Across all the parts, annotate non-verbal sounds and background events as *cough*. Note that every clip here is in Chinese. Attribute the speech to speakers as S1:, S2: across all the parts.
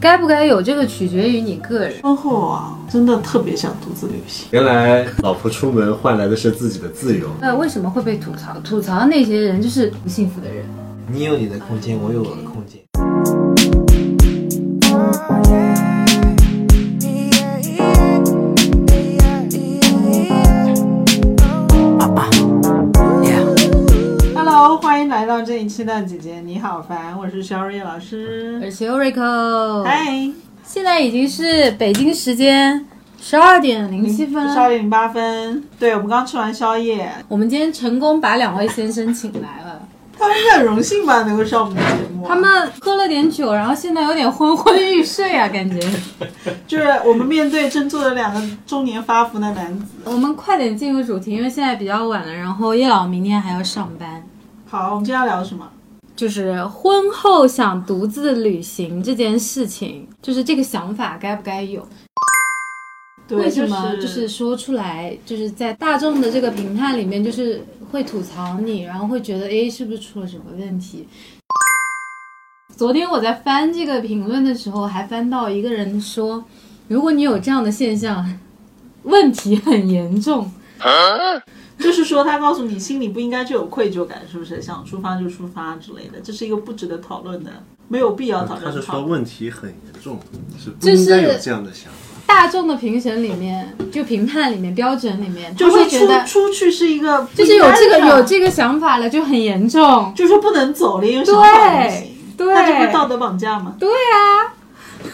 S1: 该不该有这个取决于你个人。
S2: 婚后啊，真的特别想独自旅行。
S3: 原来老婆出门换来的是自己的自由。
S1: 那为什么会被吐槽？吐槽那些人就是不幸福的人。
S4: 你有你的空间，我有我的空间。
S2: Hello，欢迎来到这一期的姐姐你好烦，我是肖瑞老师。
S1: 而且 Oracle，
S2: 嗨，
S1: 现在已经是北京时间十二点零七分
S2: 十二点零八分。对，我们刚吃完宵夜，
S1: 我们今天成功把两位先生请来了，
S2: 他们应该很荣幸吧，能够上我们的节目。
S1: 他们喝了点酒，然后现在有点昏昏欲睡啊，感觉。
S2: 就是我们面对正坐着两个中年发福的男子。
S1: 我们快点进入主题，因为现在比较晚了，然后叶老明天还要上班。
S2: 好，我们今天要聊什么？
S1: 就是婚后想独自旅行这件事情，就是这个想法该不该有？
S2: 对
S1: 为什么
S2: 就
S1: 就是说出来，就是在大众的这个评判里面，就是会吐槽你，然后会觉得诶，是不是出了什么问题？昨天我在翻这个评论的时候，还翻到一个人说，如果你有这样的现象，问题很严重。
S2: 就是说，他告诉你心里不应该就有愧疚感，是不是？想出发就出发之类的，这是一个不值得讨论的，没有必要讨论
S3: 他
S2: 的
S3: 是
S2: 讨
S3: 说
S2: 论。
S3: 问题很严重，是不
S1: 就是
S3: 应该有这样的想法。
S1: 大众的评审里面，就评判里面标准里面，
S2: 就
S1: 他会
S2: 是
S1: 觉得
S2: 出出去是一个不
S1: 就
S2: 应
S1: 是
S2: 该
S1: 有
S2: 的，啊
S1: 这个有这个想法了，就很严重。
S2: 就说不能走了，因为什么不
S1: 对
S2: 行，
S1: 对，
S2: 那就不是道德绑架吗？
S1: 对啊，
S2: *laughs*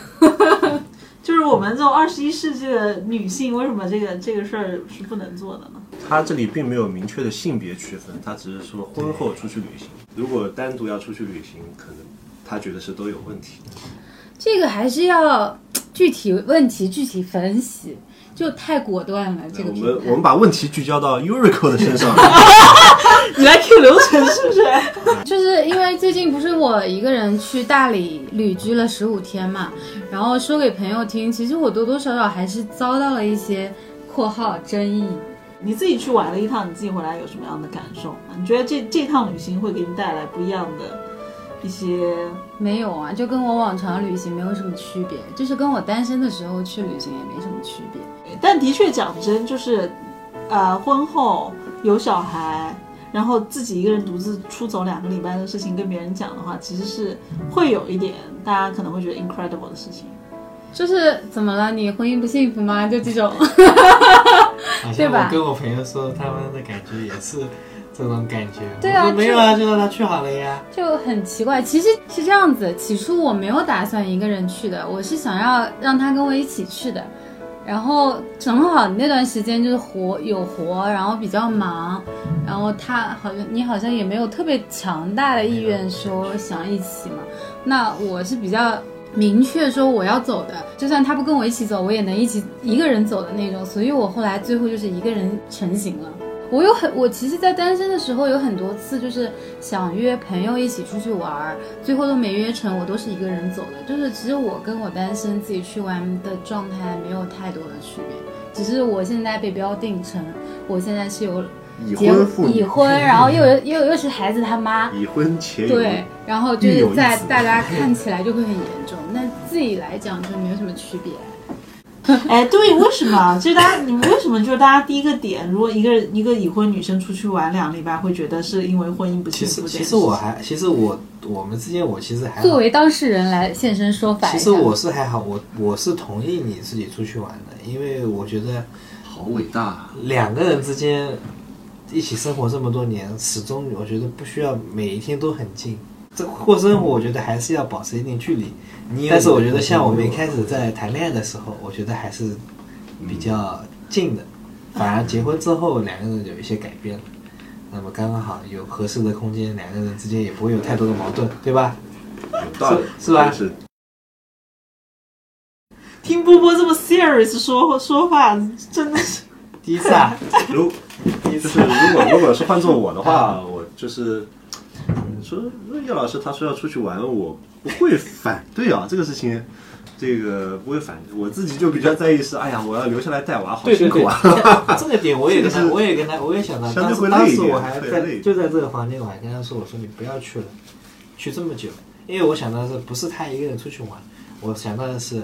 S2: 就是我们这种二十一世纪的女性，为什么这个这个事儿是不能做的呢？
S3: 他这里并没有明确的性别区分，他只是说婚后出去旅行，如果单独要出去旅行，可能他觉得是都有问题的。
S1: 这个还是要具体问题具体分析，就太果断了。这个
S3: 我
S1: 评
S3: 们
S1: 判
S3: 我们把问题聚焦到 Yuriko 的
S1: *laughs*
S3: 身上，
S2: 你来 Q 流程是不是？
S1: 就是因为最近不是我一个人去大理旅居了十五天嘛，然后说给朋友听，其实我多多少少还是遭到了一些（括号争议
S2: *laughs* 你自己去玩了一趟，你自己回来有什么样的感受？你觉得这这趟旅行会给你带来不一样的一些？）。
S1: 没有啊，就跟我往常旅行没有什么区别，就是跟我单身的时候去旅行也没什么区别。
S2: 但的确讲真，就是，呃，婚后有小孩，然后自己一个人独自出走两个礼拜的事情跟别人讲的话，其实是会有一点大家可能会觉得 incredible 的事情。
S1: 就是怎么了？你婚姻不幸福吗？就这种。
S4: 好
S1: 对
S4: 像
S1: 吧
S4: 我跟我朋友说，他们的感觉也是这种感觉。
S1: 对啊
S4: 我说没有啊，就让他去好了呀。
S1: 就很奇怪。其实是这样子，起初我没有打算一个人去的，我是想要让他跟我一起去的。然后正好那段时间就是活有活，然后比较忙，然后他好像你好像也没有特别强大的意愿说想一起嘛。那我是比较明确说我要走的，就算他不跟我一起走，我也能一起一个人走的那种。所以我后来最后就是一个人成型了。我有很，我其实，在单身的时候有很多次就是想约朋友一起出去玩儿，最后都没约成，我都是一个人走的。就是其实我跟我单身自己去玩的状态没有太多的区别，只是我现在被标定成我现在是有
S3: 已
S1: 结
S3: 婚妇
S1: 已
S3: 女， *laughs*
S1: 婚，然后又有又又是孩子他妈，
S3: 已婚且有
S1: 对，然后就
S3: 欲有
S1: 是
S3: 一
S1: 在
S3: 死
S1: 大家看起来就会很严重，那自己来讲就没有什么区
S3: *laughs*
S1: 别。
S2: 哎，对，为什么？就是大家，你们为什么就是大家第一个点，如果一个一个已婚女生出去玩两个礼拜，会觉得是因为婚姻不
S4: 其
S2: 幸
S4: 实
S2: 福？
S4: 其实我还，其实我我们之间我其实还好
S1: 作为当事人来现身说法一下，
S4: 其实我是还好，我我是同意你自己出去玩的，因为我觉得
S3: 好伟大啊！
S4: 两个人之间一起生活这么多年，始终我觉得不需要每一天都很近。这过生活，我觉得还是要保持一定距离。
S3: 你有
S4: 但是我觉
S3: 你
S4: 得，
S3: 的
S4: 像我们
S3: 朋
S4: 一
S3: 友
S4: 开始在谈恋爱的时候，我觉得还是比较近的。反而结婚之后，两个人有一些改变了。那么刚刚好有合适的空间，两个人之间也不会有太多的矛盾，对
S3: *laughs*
S4: 吧？
S3: 有道理
S4: 是是吧
S3: 真是
S2: 听波波这么 serious 说说话，真的
S4: *laughs*
S2: 是
S4: 第一次啊，
S3: 如就是如果如果是换做我的
S4: 啊
S3: 话，我就是你说叶老师他说要出去玩，我不会反对啊，这个事情。这个不会反对，我自己就比较在意是，哎呀，我要留下来带娃，好辛苦啊！
S4: 这个点我也跟他，我也跟他，我也想到，
S3: 相
S4: 当
S3: 对
S4: 时
S3: 会
S4: 当
S3: 累一
S4: 时
S3: 点
S4: 我还
S3: 会
S4: 在
S3: 累
S4: 就在这个房间，我还跟他说，我说你不要去了，去这么久，因为我想到是不是他一个人出去玩，我想到的是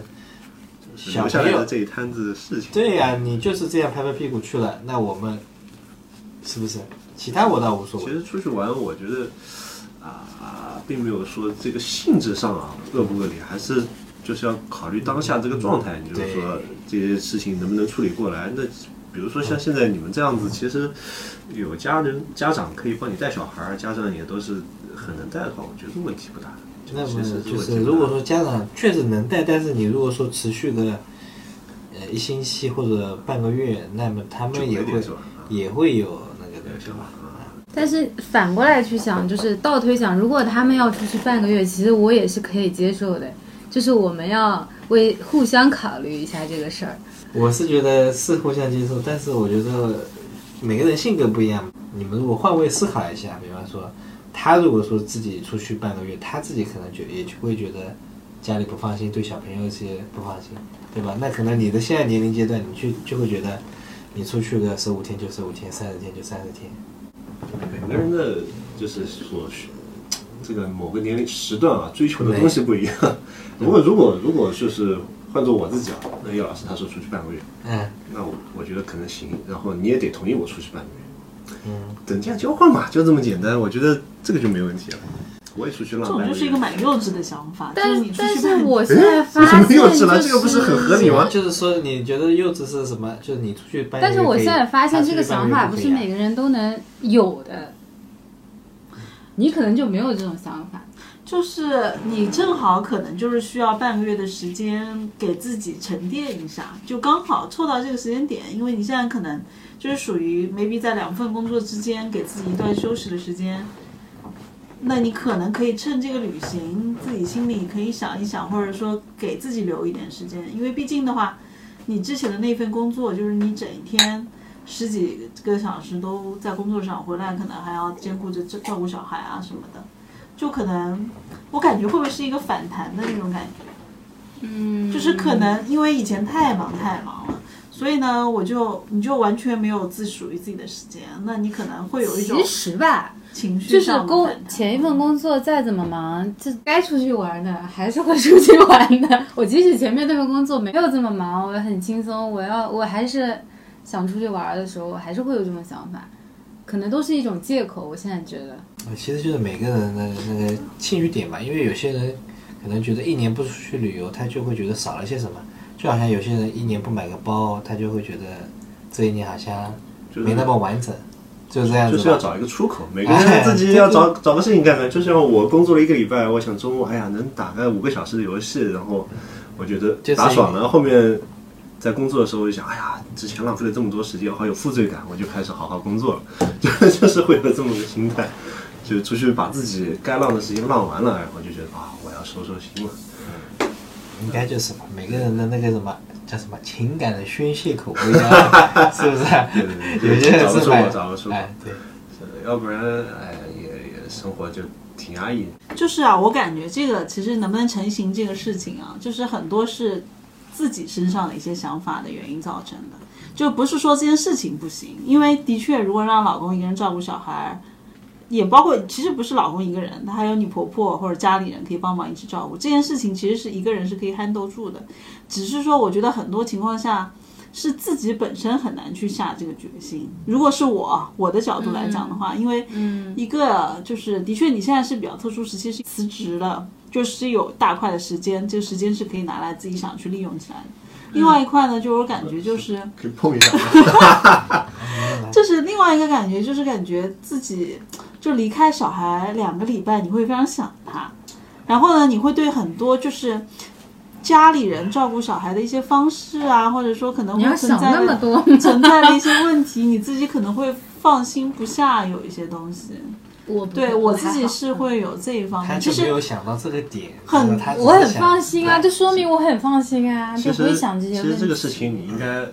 S4: 小
S3: *laughs* 留下
S4: 朋
S3: 来的
S4: 友
S3: 这一摊子事情。
S4: 对呀、你就是这样拍拍屁股去了，那我们是不是？其他我倒无所
S3: 其
S4: 谓。
S3: 实出去玩，我觉得啊、并没有说这个性质上啊恶不恶劣，还是就是要考虑当下这个状态，你就是说这些事情能不能处理过来。那比如说像现在你们这样子，其实有家人家长可以帮你带小孩儿，家长也都是很能带的话，我觉得问题不大。
S4: 那
S3: 其
S4: 么
S3: 实
S4: 就
S3: 问
S4: 是，
S3: 题
S4: 如
S3: 不
S4: 果
S3: 大
S4: 说家长确实能带，但是你如果说持续的，呃，一星期或者半个月，那么他
S3: 久
S4: 们
S3: 一
S4: 也
S3: 点
S4: 会
S3: 是吧啊
S4: 也会有那个的，
S3: 有
S4: 是
S3: 想法
S4: 吧？
S3: 啊，
S1: 但是反过来去想，就是倒推想，如果他们要出去半个月，其实我也是可以接受的。就是我们要为互相考虑一下这个事儿。
S4: 我是觉得是互相接受，但是我觉得每个人性格不一样。你们如果换位思考一下，比方说，他如果说自己出去半个月，他自己可能觉也就会觉得家里不放心，对小朋友这些不放心，对吧？那可能你的现在年龄阶段，你去就会觉得你出去个十五天就十五天，三十天就三十天。
S3: 每个人的就是所需，这个某个年龄时段啊，追求的东西不一样。如果如果如果就是换做我自己啊，那叶老师他说出去半个月，
S4: 嗯
S3: 那我我觉得可能行，然后你也得同意我出去半个月，
S4: 嗯，
S3: 等价交换嘛，就这么简单。我觉得这个就没问题了。我也出去
S2: 这
S3: 浪
S2: 种
S3: 半
S2: 就
S3: 个
S2: 是一
S3: 月
S2: 个。蛮幼稚的想法，就
S1: 但
S2: 是
S1: 是
S2: 你出
S1: 但
S2: 去
S1: 是
S2: 办
S1: 我现在发
S3: 怎么
S1: 现、就是，
S3: 又知道这个不是很合理吗
S4: 就是说你觉得幼稚是什么？就是你出去半个
S1: 但
S4: 月
S1: 是我
S4: 可以
S1: 现在发现，
S4: 他出
S1: 这
S4: 去
S1: 个
S4: 半
S1: 想
S4: 月
S1: 法
S4: 就
S1: 不
S4: 可
S1: 是
S4: 以
S1: 每
S4: 啊
S1: 个人都能有的。你可能就没有这种想法，
S2: 就是你正好可能就是需要半个月的时间给自己沉淀一下，就刚好凑到这个时间点，因为你现在可能就是属于 maybe 在两份工作之间给自己一段休息的时间，那你可能可以趁这个旅行，自己心里可以想一想，或者说给自己留一点时间，因为毕竟的话，你之前的那份工作就是你整天。十几个小时都在工作上，回来可能还要兼顾着照照顾小孩啊什么的，就可能我感觉会不会是一个反弹的那种感觉？
S1: 嗯，
S2: 就是可能因为以前太忙太忙了，所以呢，我就你就完全没有自属于自己的时间，那你可能会有一种
S1: 其实吧，
S2: 情
S1: 就
S2: 绪
S1: 是
S2: 上的
S1: 工
S2: 反弹。
S1: 前一份工作再怎么忙，这该出去玩的还是会出去玩的。我即使前面那份工作没有这么忙，我很轻松，我要我还是想出去玩的时候，我还是会有这种想法，可能都是一种借口。我现在觉得，
S4: 呃其实就是每个人的那个兴趣点吧，因为有些人可能觉得一年不出去旅游，他就会觉得少了些什么，就好像有些人一年不买个包，他就会觉得这一年好像
S3: 就是
S4: 没那么完整，就是这样
S3: 就
S4: 子
S3: 是要
S4: 哎吧。哎
S3: 找一个出口，每个人自己要找找个事情干干。就像我工作了一个礼拜，我想周末哎呀能打个五个小时的游戏，然后我觉得
S4: 就是
S3: 打爽了。后面在工作的时候，我就想，哎呀，之前浪费了这么多时间，好有负罪感，我就开始好好工作了。 *laughs* 就就是会有这么个心态，就出去把自己该浪的时间浪完了，然后就觉得啊，我要收收心了。
S4: 应该就是吧，每个人的那个什么叫什么情感的宣泄口不一样，是不是啊？ *laughs*
S3: 对对对
S4: 有些人
S3: 找个
S4: 是
S3: 出口
S4: 买
S3: 找个出口
S4: 哎，对，
S1: 嗯
S3: 是要不然哎也也生活就挺压抑。
S2: 就是啊，我感觉这个其实能不能成型这个事情啊，就是很多是自己身上的一些想法的原因造成的，就不是说这件事情不行，因为的确如果让老公一个人照顾小孩，也包括其实不是老公一个人，他还有你婆婆或者家里人可以帮忙一起照顾这件事情，其实是一个人是可以 handle 住的，只是说我觉得很多情况下。是自己本身很难去下这个决心。如果是我我的角度来讲的话，因为
S1: 嗯，
S2: 一个就是，的确你现在是比较特殊时期，是辞职了，就是有大块的时间，这个时间是可以拿来自己想去利用起来的。另外一块呢，就我感觉就是，
S3: 可以碰一下，
S2: 就是另外一个感觉就是感觉自己就离开小孩两个礼拜，你会非常想他，然后呢，你会对很多就是家里人照顾小孩的一些方式啊，或者说可能
S1: 你
S2: 会
S1: 要
S2: 存
S1: 想
S2: 在
S1: 那么
S2: 的
S1: 多，
S2: *laughs* 存在的一些问题，你自己可能会放心不下，有一些东西。
S1: 我不
S4: *laughs*
S2: 对我自
S1: 还
S2: 己
S1: 好
S2: 是会有这一方
S4: 他
S2: 面，
S4: 就
S2: 就
S4: 没
S2: 是
S4: 有想到这个点，
S2: 很
S4: 就是他只是
S1: 我很
S4: 想
S1: 放心啊，
S4: 对
S1: 就说明我很放心啊，
S3: 其
S1: 就不
S3: 实
S1: 会想这些
S3: 其
S1: 问
S3: 实这个
S1: 题。
S3: 事情你应该，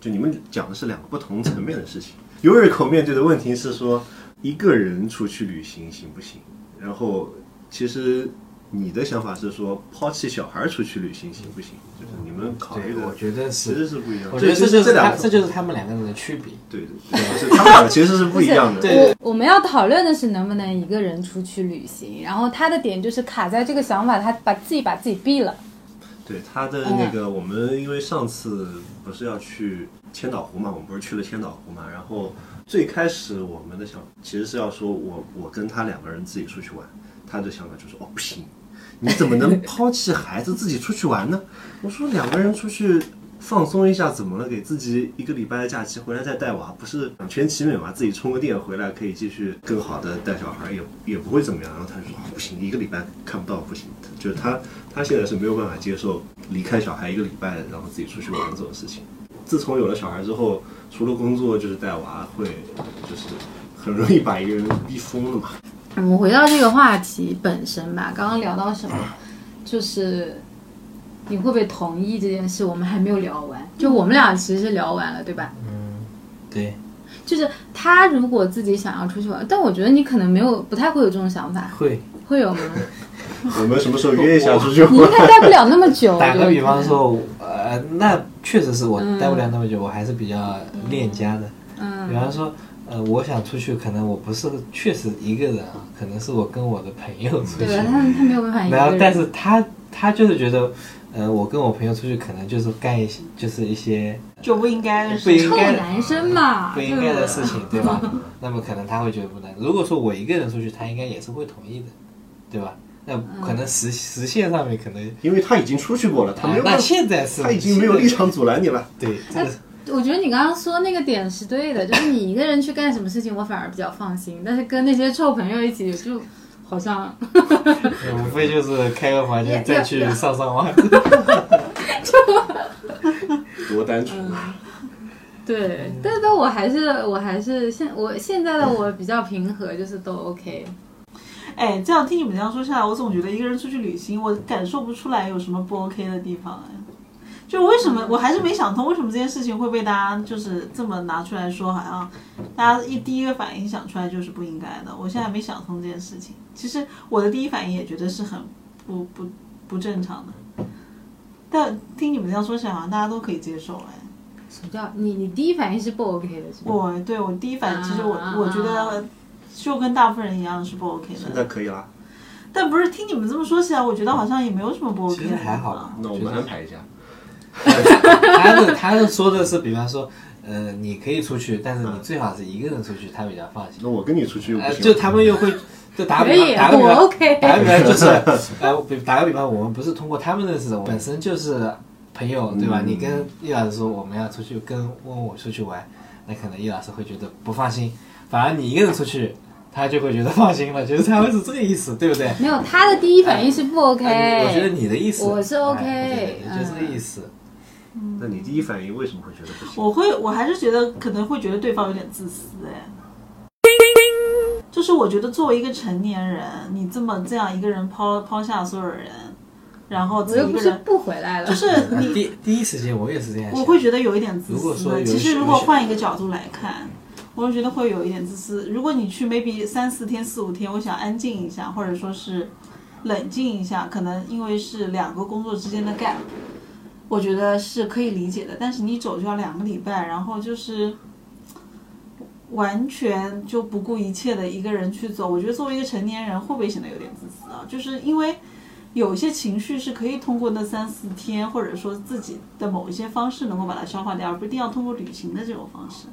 S3: 就你们讲的是两个不同层面的事情。尤尔口面对的问题是说，一个人出去旅行行不行？然后其实你的想法是说，抛弃小孩出去旅行行不行？就是你们考虑
S4: 对，我
S3: 的
S4: 觉得
S3: 其
S4: 是
S3: 实，是不一样的。
S4: 我觉得
S3: 这
S4: 这
S3: 这
S4: 就
S3: 这
S4: 是
S3: 两
S4: 他，
S3: 个
S4: 这就是他们两个人的区别。
S3: 对对对，就是他们俩其实是不一样的。
S4: 对
S1: 我我们要讨论的是能不能一个人出去旅行，然后他的点就是卡在这个想法，他把自己把自己毙了。
S3: 对他的那个，我们因为上次不是要去千岛湖嘛，我们不是去了千岛湖嘛，然后最开始我们的想其实是要说我我跟他两个人自己出去玩，他的想法就是哦不行，你怎么能 *laughs* 抛弃孩子自己出去玩呢？我说两个人出去放松一下怎么了？给自己一个礼拜的假期回来再带娃，不是两全其美嘛？自己充个电回来可以继续更好的带小孩，也也不会怎么样。然后他就说、啊不行，一个礼拜看不到不行，就是他他现在是没有办法接受离开小孩一个礼拜，然后自己出去玩这种事情。自从有了小孩之后，除了工作就是带娃，会就是很容易把一个人逼疯了嘛。
S1: 嗯我们回到这个话题本身吧，刚刚聊到什么？就是你会不会同意这件事？我们还没有聊完，就我们俩其实是聊完了，对吧？
S4: 嗯，对，
S1: 就是他如果自己想要出去玩，但我觉得你可能没有，不太会有这种想法，
S4: 会
S1: 会有吗？
S3: 我们什么时候约一下出去
S1: 你应
S3: 玩？ *laughs*
S1: 该待不了那么久。
S4: *laughs* 打个比方
S1: 我
S4: 说，呃，那确实是我
S1: 哦嗯
S4: 待不了那么久，我还是比较恋家的。
S1: 觉得，嗯
S4: 比方说，呃，我想出去，可能我不是确实一个人啊，可能是我跟我的朋友出去。
S1: 对吧？他他没有办法一个
S4: 然后
S1: 人，
S4: 但是他他就是觉得，呃，我跟我朋友出去，可能就是干一些，就是一些
S2: 就不应该的
S4: 不
S2: 事
S4: 应
S1: 臭
S2: 情。
S4: 该
S1: 男生嘛，
S4: 不应该的
S1: 啊对
S4: 事情，对吧？ *laughs* 那么可能他会觉得不能。如果说我一个人出去，他应该也是会同意的，对吧？那
S1: 嗯
S4: 可能时时限上面可能，啊
S3: 因为他已经出去过了，他没有
S4: 那
S3: 办法，
S4: 现在是
S3: 他已经没有立场阻拦你了。
S4: 对，这个是
S1: 我觉得你刚刚说那个点是对的，就是你一个人去干什么事情，我反而比较放心。但是跟那些臭朋友一起，就好像
S4: *laughs* 无非就是开个房间再去上上 *laughs* 网。
S3: 多单纯啊！
S1: 对。
S2: 嗯
S1: 但是我还是我还是现我现在的我比较平和，就是都 OK。
S2: 哎，这样听你们这样说下来，我总觉得一个人出去旅行，我感受不出来有什么不 OK 的地方哎。就为什么我还是没想通，为什么这件事情会被大家就是这么拿出来说，好像大家一第一个反应想出来就是不应该的。我现在没想通这件事情。其实我的第一反应也觉得是很不不不正常的，但听你们这样说起来，好像大家都可以接受哎。
S1: 什么叫你你第一反应是不 OK 的是吧？
S2: 我对我第一反应，其实我
S1: 啊
S2: 我觉得就跟大部分人一样是不 OK
S3: 现在
S2: 的。
S3: 可以啦，
S2: 但不是听你们这么说起来，我觉得好像也没有什么不 OK
S4: 其
S2: 的
S4: 实
S2: 地方。
S4: 还好吧，
S3: 那我
S4: 觉
S3: 们
S4: 得
S3: 安排一下。
S4: 他的他的说的是，比方说，呃，你可以出去，但是你最好是一个人出去，他比较放心。
S3: 那我跟你出去又不
S4: 呃，
S3: 行，
S4: 就他们又会就打个
S1: 可以
S4: 比方，打个比
S1: 我
S4: 方，
S1: OK
S4: 打个比方就是，呃，比打个比方，我们不是通过他们认识的，我本身就是朋友，对吧？
S3: 嗯
S4: 你跟叶老师说我们要出去，跟问我出去玩，那可能叶老师会觉得不放心，反而你一个人出去，他就会觉得放心了，就是他会是这个意思，对不对？
S1: 没有，他的第一反应是
S2: 哎
S1: 不 OK。
S4: 呃我觉得你的意思，
S1: 我是 OK，
S4: 哎对就是这个意思。
S3: 那你第一反应为什么会觉得不
S2: *laughs*
S3: 行？
S2: 我会，我还是觉得可能会觉得对方有点自私哎。就是我觉得作为一个成年人，你这么这样一个人抛抛下所有人，然后
S1: 我
S2: 自
S1: 又
S2: 己一
S1: 不
S2: 个
S1: 是
S2: 人，
S1: 不回来了，
S2: 就是你，
S4: 啊第第一时间我也是这样
S2: 嗯
S4: 想，
S2: 我会觉得有一点自
S4: 如果
S2: 私
S4: 说
S2: 的。
S4: 有
S2: 其实
S4: 有
S2: 如果
S4: 小
S2: 换一个角度来看，我会觉得会有一点自私。如果你去 maybe 三四天、四五天，我想安静一下，或者说是冷静一下，可能因为是两个工作之间的 gap，我觉得是可以理解的。但是你走就要两个礼拜，然后就是完全就不顾一切的一个人去走，我觉得作为一个成年人，会不会显得有点自私啊？就是因为有些情绪是可以通过那三四天，或者说自己的某一些方式能够把它消化掉，而不一定要通过旅行的这种方式。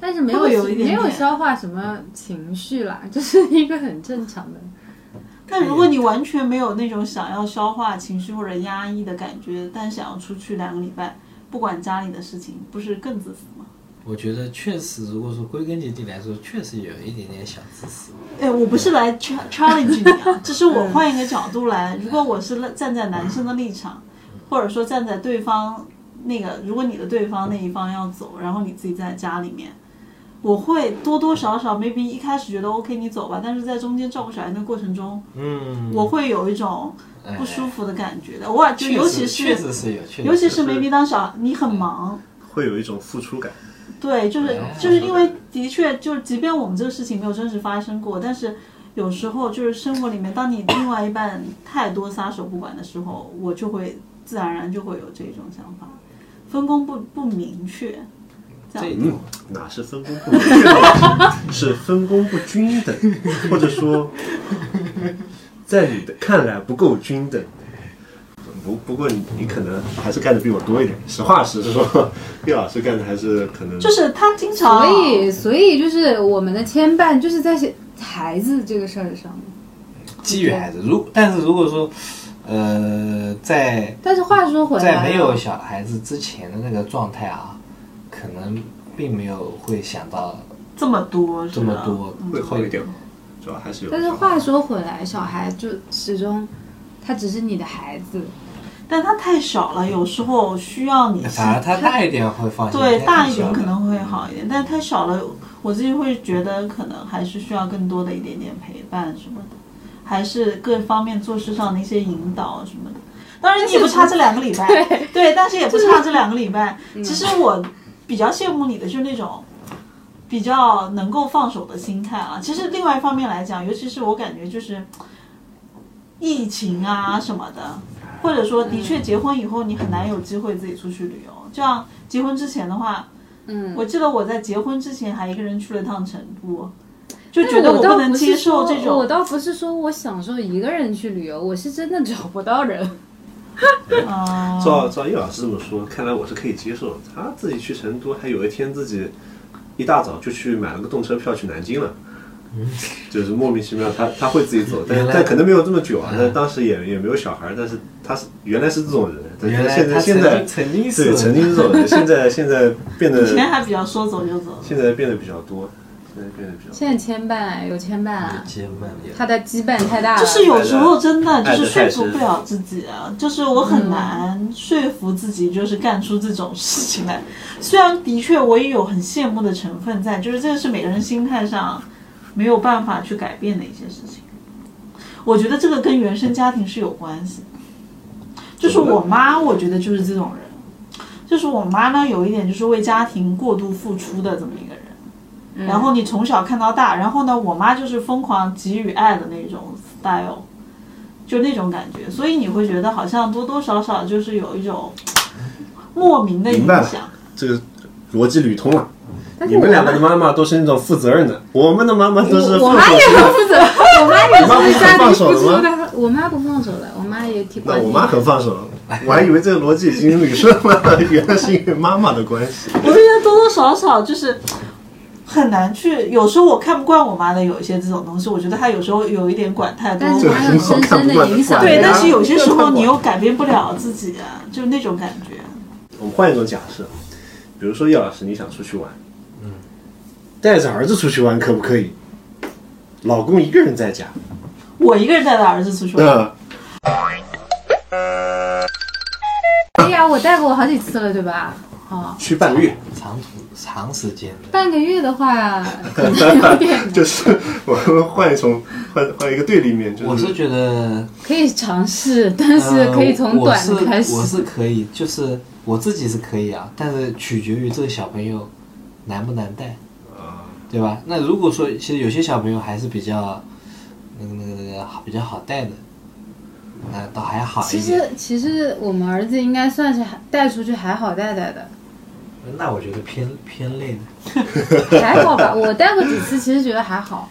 S1: 但是没
S2: 会不
S1: 有
S2: 会有一点
S1: 没有
S2: 点
S1: 消化什么情绪啦，这、是一个很正常的。
S2: 但如果你完全没有那种想要消化情绪或者压抑的感觉，但想要出去两个礼拜，不管家里的事情，不是更自私吗？
S4: 我觉得确实，如果说归根结底来说，确实有一点点小自私。
S2: 哎，我不是来 cha- challenge 你啊，只是我换一个角度来。如果我是站在男生的立场，或者说站在对方那个，如果你的对方那一方要走，然后你自己在家里面，我会多多少少 maybe 一开始觉得 OK 你走吧，但是在中间照顾小孩的过程中，
S4: 嗯，
S2: 我会有一种不舒服的感觉的。偶尔就
S4: 确
S2: 尤
S4: 实
S2: 其
S4: 嗯确
S2: 是
S4: 实是有，确实
S2: 尤其是
S3: 是
S2: maybe 当小你很忙，
S3: 会有一种付出感。
S2: 对，就是
S4: 哎
S2: 就是因为的确，就是即便我们这个事情没有真实发生过，但是有时候就是生活里面，当你另外一半太多撒手不管的时候，我就会自然而然就会有这种想法，分工不不明确，这样
S4: 这
S3: 嗯，哪是分工不明确的问题，是分工不 *laughs* 均等，或者说，在你的看来不够均等。不不过你你可能还是干的比我多一点。实话实说，叶老师干的还是可能
S2: 就是他经常
S1: 所以，所以就是我们的牵绊就是在孩子这个事儿上面。
S4: 基于孩子。如但是如果说，呃，在
S1: 但是话说回来，啊
S4: 在没有小孩子之前的那个状态啊，可能并没有会想到
S2: 这么多，是
S4: 这
S2: 吧
S4: 么多，
S3: 会好一点，主要还是有。
S1: 但是话说回来，小孩就始终他只是你的孩子，
S2: 但他太小了，有时候需要你
S3: 啊
S4: 反而他大一点会放心，
S2: 对
S4: 但
S2: 大
S4: 是
S2: 一点
S4: 小
S2: 可能会好一点，但太小了，我自己会觉得可能还是需要更多的一点点陪伴什么的，还是各方面做事上的一些引导什么的。当然你也不差这两个礼拜，对但是也嗯不差这两个礼拜。其实我比较羡慕你的就是那种。比较能够放手的心态啊，其实另外一方面来讲，尤其是我感觉就是疫情啊什么的，或者说的确结婚以后你很难有机会自己出去旅游。这样结婚之前的话，
S1: 嗯，
S2: 我记得我在结婚之前还一个人去了趟成都，就觉得
S1: 我
S2: 不
S1: 倒
S2: 能
S1: 不
S2: 接
S1: 是说，
S2: 受这
S1: 我
S2: 种。
S1: 倒不是说我享受一个人去旅游，我是真的找不到人。 *laughs*
S2: 嗯，
S3: 照照叶老师这么说，看来我是可以接受。他自己去成都，还有一天自己一大早就去买了个动车票去南京了， *laughs* 就是莫名其妙，他他会自己走，但
S4: 嗯原来嗯
S3: 但可能没有这么久啊。但当时也也没有小孩，但是他是原来是这种人，但
S4: 原来
S3: 现在
S4: 他
S3: 现在
S4: 曾经曾经是
S3: 对曾经是这种人，现在现在变得
S2: 以前还比较说走就走，
S3: 现在变得比较多，现在变得比较多。
S1: 现在牵绊有牵绊啊，
S4: 结婚也
S1: 他的羁绊太大了，
S2: 就是有时候真的就
S3: 爱
S2: 是
S3: 得
S2: 说
S3: 太
S2: 服不了自己啊，就是我很难说服自己，就是干出这种事情来。虽然的确我也有很羡慕的成分在，就是这个是每个人心态上没有办法去改变的一些事情。我觉得这个跟原生家庭是有关系的，就是我妈，我觉得就是这种人。就是我妈呢，有一点就是为家庭过度付出的这么一个人，
S1: 嗯
S2: 然后你从小看到大，然后呢，我妈就是疯狂给予爱的那种 style，就那种感觉，所以你会觉得好像多多少少就是有一种莫名的影
S3: 明白了
S2: 响。
S3: 这个逻辑捋通了。
S1: 但是
S3: 你
S1: 我
S3: 们两个的妈妈都是那种负责任的，我们的妈妈都是
S1: 我
S3: 放
S1: 妈
S3: 手
S1: 也很负责，我妈也
S3: 妈不
S1: 是
S3: 是
S1: 家庭
S3: 放
S1: 付
S3: 手
S1: 出
S3: 了吗
S1: 的，我妈不放手的，我妈也挺
S3: 那
S1: 关
S3: 我
S1: 心。
S3: 妈很放手，我还以为这个逻辑已经捋顺了， *laughs* 原来是因为妈妈的关系。
S2: 我就觉得多多少少就是很难去，有时候我看不惯我妈的有一些这种东西，我觉得她有时候有一点管太多
S1: 但是
S2: 了。
S1: 她有深深的影响。
S2: 对，
S3: 对
S2: 但
S3: 啊
S2: 是有些时候你
S3: 这
S2: 又改变不了自己啊，就那种感觉。
S3: 我们换一种假设，比如说叶老师，你想出去玩，嗯，带着儿子出去玩可不可以？老公一个人在 *laughs* 家，
S2: 我一个人带着儿子出去玩，
S3: 那
S1: 哎呀，我带过好几次了，对吧？哦，
S3: 去半个月，，
S4: 长途长时间的，
S1: 半个月的话可能有点
S3: *laughs* 就是我们换一种换换一个对立面，
S4: 我
S3: 就是
S4: 觉得呃
S1: 可以尝试，但是
S3: 呃
S1: 可以从短的开始
S4: 呃我。是。我是可以，就是我自己是可以啊，但是取决于这个小朋友难不难带，对吧？那如果说其实有些小朋友还是比较那个那个那个好比较好带的，那倒还好
S1: 其
S4: 一
S1: 实
S4: 点。
S1: 其实我们儿子应该算是还带出去还好带带的，
S4: 那我觉得偏偏累的，
S1: 还好吧。我带过几次，其实觉得还好。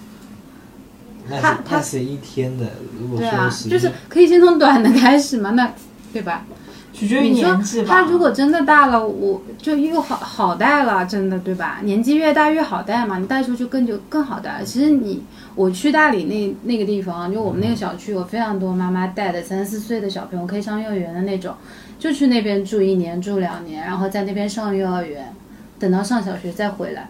S4: 那
S1: 他
S4: 是
S1: 他
S4: 那是一天的，如果
S1: 对
S4: 说
S1: 啊，
S4: 是
S1: 就是可以先从短的开始嘛，那对吧？
S2: 取决于
S1: 你说
S2: 年纪吧。
S1: 他如果真的大了，我就又好好带了，真的对吧？年纪越大越好带嘛，你带出去更就更好带了。其实你我去大理那那个地方，就我们那个小区，有非常多妈妈带的三四岁的小朋友，可以上幼儿园的那种，就去那边住一年住两年，然后在那边上幼儿园，等到上小学再回来，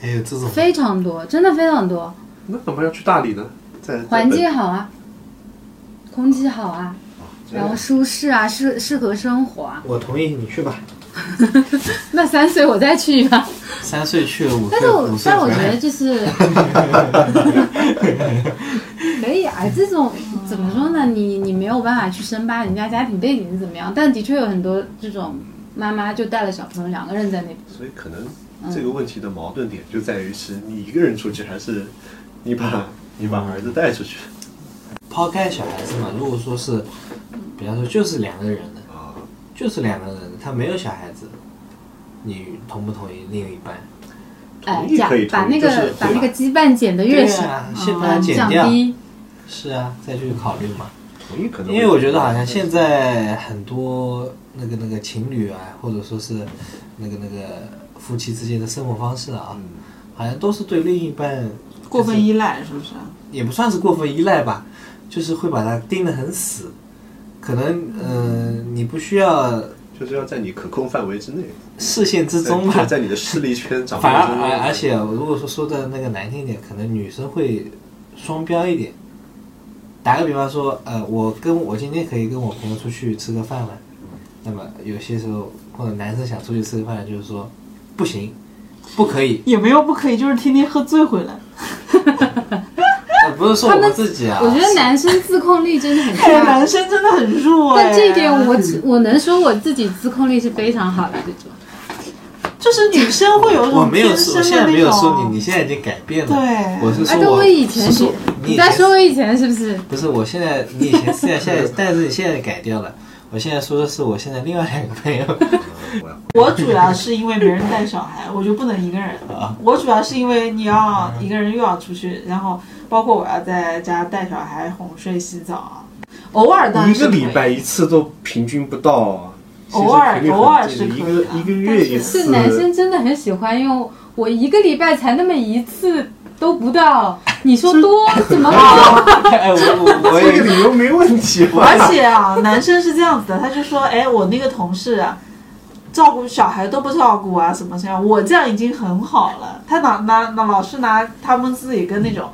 S4: 还有哎这种
S1: 非常多，真的非常多。
S3: 那怎么要去大理呢？在在
S1: 环
S3: 本
S1: 境好啊，空气好啊，然后舒适啊，适适合生活啊。
S4: 我同意你去吧，
S1: *laughs* 那三岁我再去啊吧。
S4: 三岁去五岁
S1: *laughs* 但是我
S4: 五岁
S1: 但我
S4: 回
S1: 觉得
S4: 来，
S1: 就是可以啊，这种怎么说呢？你你没有办法去深扒人家家庭背景是怎么样，但的确有很多这种妈妈就带了小朋友两个人在那边。
S3: 所以可能
S1: 嗯
S3: 这个问题的矛盾点就在于是你一个人出去，还是你把你把儿子带出去
S4: 抛开小孩子嘛，如果说是比方说就是两个人的。
S3: 啊？
S4: 就是两个人，他没有小孩子，你同不同意另一半？
S1: 哎
S3: 同，意
S1: 假
S3: 可以
S1: 把
S3: 同意
S1: 那
S3: 就是
S1: 个把
S3: 对
S1: 那
S3: 吧
S1: 个羁绊减得越
S4: 对啊
S1: 少
S4: 啊，先把它
S1: 嗯
S4: 减
S1: 降
S4: 掉
S1: 低。
S4: 是啊，再去考虑嘛。
S3: 同意可能会，
S4: 因为我觉得好像现在很多那个那个情侣啊，或者说是那个那个夫妻之间的生活方式啊，
S3: 嗯
S4: 好像都是对另一半
S2: 过分依赖是不是？
S4: 也不算是过分依赖吧，就是会把它盯得很死。可能嗯、呃你不需要
S3: 就是要在你可控范围之内，
S4: 视线之中吧
S3: 在，在你的势力圈掌握
S4: 反而哎
S3: 之内
S4: 而而且如果说说的那个难听一点，可能女生会双标一点。打个比方说，呃，我跟我今天可以跟我朋友出去吃个饭了，那么有些时候或者男生想出去吃个饭，就是说不行，不可以，
S2: 也没有不可以，就是天天喝醉
S1: *laughs*
S2: 回来。
S4: 呃、不是说
S1: 他
S4: 我
S1: 们
S4: 自己啊，
S1: 我觉得男生自控力真的很
S2: 哎，
S1: 差
S2: *laughs* 男，生真的很弱哎。
S1: 啊但这一点我只我能说我自己自控力是非常好的这种。
S2: 就是女生会有一
S4: 我
S2: 种
S4: 没有
S2: 天生
S4: 说，我
S2: 的
S4: 现在没
S2: 那
S4: 有说
S2: 种
S4: 你，你现在已经改变了，
S2: 对
S4: 我是
S1: 哎，
S4: 说
S1: 但
S4: 我
S1: 我以前
S4: 是
S1: 是
S4: 说，你
S1: 你
S4: 以
S1: 在
S4: 前
S1: 说我以前是不是？
S4: 不是，我现在你以前是这样，
S2: *laughs*
S4: 现在但是你现在改掉了。我现在说的是我现在另外两个
S2: *laughs*
S4: 朋友，
S3: 嗯我要
S2: 我主要是因为没人带小孩，我就不能一个
S4: *laughs*
S2: 人。
S4: 啊
S2: 我主要是因为你要一个人又要出去，然后包括我要在家带小孩、哄睡、洗澡，啊偶尔当然
S3: 一
S2: 是
S3: 个
S2: 可以
S3: 礼拜一次都平均不到，
S2: 偶尔
S3: 其实频率很
S2: 偶尔
S3: 低
S2: 是可以
S3: 一
S4: 啊
S3: 个
S2: 的
S3: 一个月一次。
S1: 是男生真的很喜欢用我一个礼拜才那么一次都不到，你说 *laughs* 多怎么好？
S4: 哎，我我我
S3: 这个
S4: 也
S3: 理由没问题
S2: *laughs*
S3: 吧？
S2: 而且啊，男生是这样子的，他就说，哎，我那个同事啊，照顾小孩都不照顾啊，什么什么，我这样已经很好了。他拿拿拿老是拿他们自己跟那种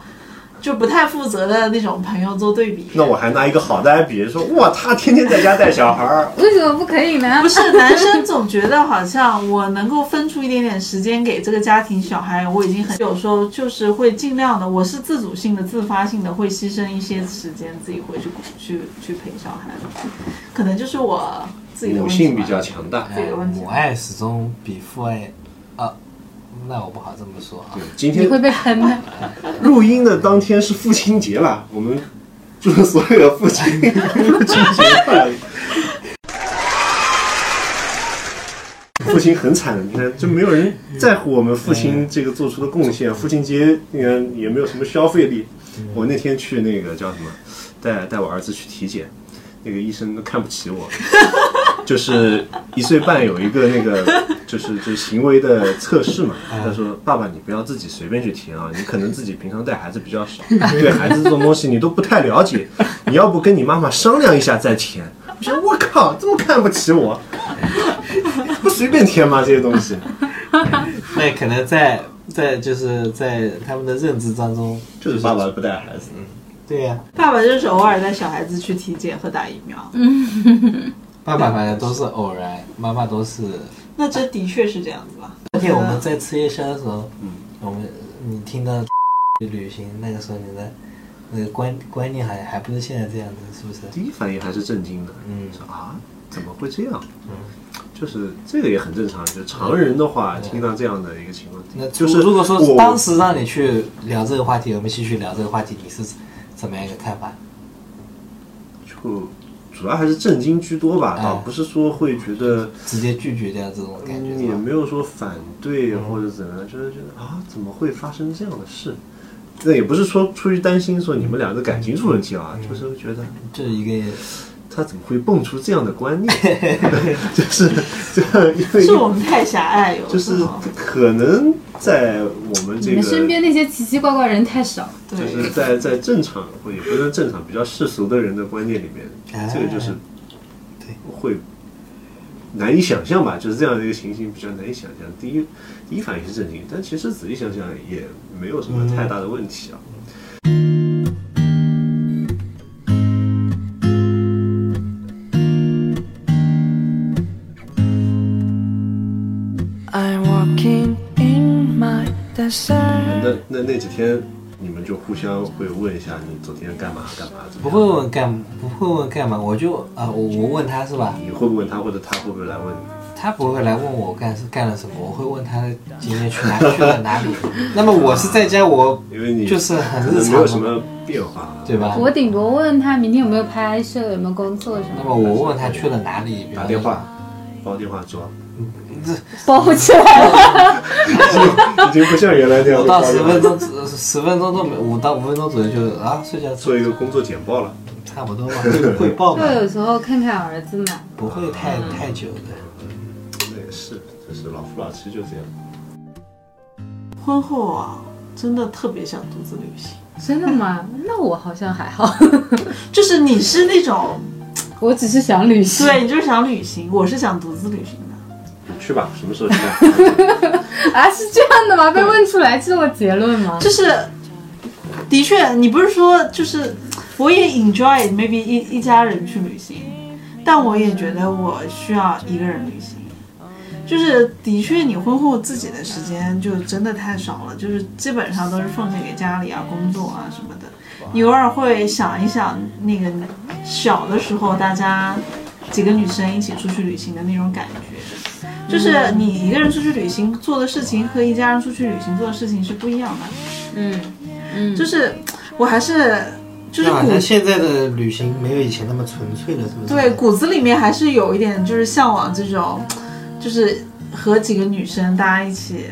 S2: 就不太负责的那种朋友做对比。
S3: 那我还拿一个好的来比，说哇，他天天在家带小孩儿，
S1: 为什么不可以呢
S2: 不？是男生总觉得好像我能够分出一点点时间给这个家庭小孩，我已经很有时候就是会尽量的，我是自主性的、自发性的，会牺牲一些时间自己回去去去陪小孩，可能就是我自己的
S3: 母
S2: 问题吧
S3: 性比较强大。
S2: 这个问题
S4: 哎母爱始终比父爱啊，那我不好这么说啊
S3: 对。，嗯今
S1: 你
S3: 天
S1: 会被喷的。
S3: 录音的当天是父亲节了，我们祝所有的父亲父亲节快乐。父亲很惨的，你看，就没有人在乎我们父亲这个做出的贡献。父亲节，那个也没有什么消费力。我那天去那个叫什么，带带我儿子去体检，那个医生都看不起我，就是一岁半有一个那个 *laughs* 就是就是行为的测试嘛。他说：“爸爸，你不要自己随便去填啊，你可能自己平常带孩子比较 *laughs* 少，对孩子这种东西你都不太了解，你要不跟你妈妈商量一下再填。”我说：“我靠，这么看不起我，不随便填吗？这些东西
S4: 那可能在在就是在他们的认知当中，
S3: 就是爸爸不带孩子。”
S4: 对呀、
S2: 爸爸就是偶尔带小孩子去体检和打疫苗，
S4: 爸爸反正都是
S3: *laughs*
S4: 偶然，妈妈都是。
S2: 那这的确是这样子吧？
S4: 那天我们在吃夜宵的时候，
S3: 嗯，
S4: 我们你听到 *laughs* 旅行那个时候你的那个观观念还还不是现在这样子，是不是？
S3: 第一反应还是震惊的，
S4: 嗯
S3: 说啊，怎么会这样？
S4: 嗯，
S3: 就是这个也很正常，就常人的话，听到这样的一个情况，
S4: 那
S3: 就是
S4: 如果说
S3: 我
S4: 当时让你去聊这个话题，我们继续聊这个话题，你是怎么样一个看法？
S3: 就主要还是震惊居多吧，
S4: 哎
S3: 倒不是说会觉得
S4: 直接拒绝掉这种感觉嗯
S3: 嗯
S4: 是
S3: 也
S4: 吧？
S3: 没有说反对或者怎么样，就是觉得啊，怎么会发生这样的事？那也不是说出于担心说你们俩的感情出问题啊，
S4: 嗯
S3: 就是觉得
S4: 就是一个
S3: 他怎么会蹦出这样的观
S4: *laughs*
S3: 念，就是就是因为
S2: 是我们太狭隘，有
S3: 就
S2: 时
S3: 是
S2: 候
S3: 可能在我们
S1: 你
S3: 这个
S1: 们身边那些奇奇怪怪人太少，
S3: 就
S2: 对
S3: 是在在正常或也不能正常，比较世俗的人的观念里面，
S4: 哎
S3: 这个就是
S4: 对
S3: 会难以想象吧，就是这样的一个情形比较难以想象。第一第一反应是震惊，但其实仔细想想也没有什么太大的问题啊。
S4: 嗯
S5: I'm walking in my
S3: 那
S5: desert.
S3: 那那几天你们就互相会问一下你昨天干嘛干嘛，怎么
S4: 不
S3: 样
S4: 会问干不会问干嘛，我就啊、我我问他是吧？
S3: 你会不会问他，或者他会不会来问你？
S4: 他不会来问我干是干了什么，我会问他今天去哪去了哪里。那么我是在家，我
S3: 因为你
S4: 就是很
S3: 可
S4: 日
S3: 能没有什
S4: 常嘛，
S3: 么变化，
S4: 对吧？
S1: 我顶多问他明天有没有拍摄，有没有工作什
S4: 那
S1: 么，
S4: 么我问他去了哪里，比方
S3: 打
S4: 说嗯
S3: 电话，煲电话
S4: *laughs*
S3: 粥，
S1: 包起来了。
S3: 已经不像原来那样
S4: 五
S3: 子
S4: 到
S3: 煲
S4: 十
S3: 电话粥
S4: 分钟，十分钟都没，五到五分钟左右就啊睡觉。
S3: 做一个工作简报了。
S4: 差不多吧，会会报吧
S1: 就，有时候看看儿子嘛。
S4: 不会太太久的。
S3: 那也是，就是老夫老妻就这样。
S2: 婚后啊，真的特别想独自旅行。
S1: 真的吗？那我好像还好， *laughs*
S2: 就是你是那种，
S1: 我只是想旅行。
S2: 对你就是想旅行，我是想独自旅行的。
S3: 你去吧，什么时候去啊？
S2: *laughs*
S1: 啊，是这样的吗？被问出来，这是我结论吗？
S2: 就是，的确，你不是说就是，我也 enjoy maybe 一一家人去旅行，但我也觉得我需要一个人旅行。就是的确，你婚后自己的时间就真的太少了，就是基本上都是奉献给家里啊、工作啊什么的。你偶尔会想一想那个小的时候，大家几个女生一起出去旅行的那种感觉，就是你一个人出去旅行做的事情和一家人出去旅行做的事情是不一样的。
S1: 嗯嗯，
S2: 就是我还是就是
S4: 那好
S2: 骨
S4: 像现在的旅行没有以前那么纯粹了，是不是？
S2: 对骨子里面还是有一点就是向往这种，就是和几个女生大家一起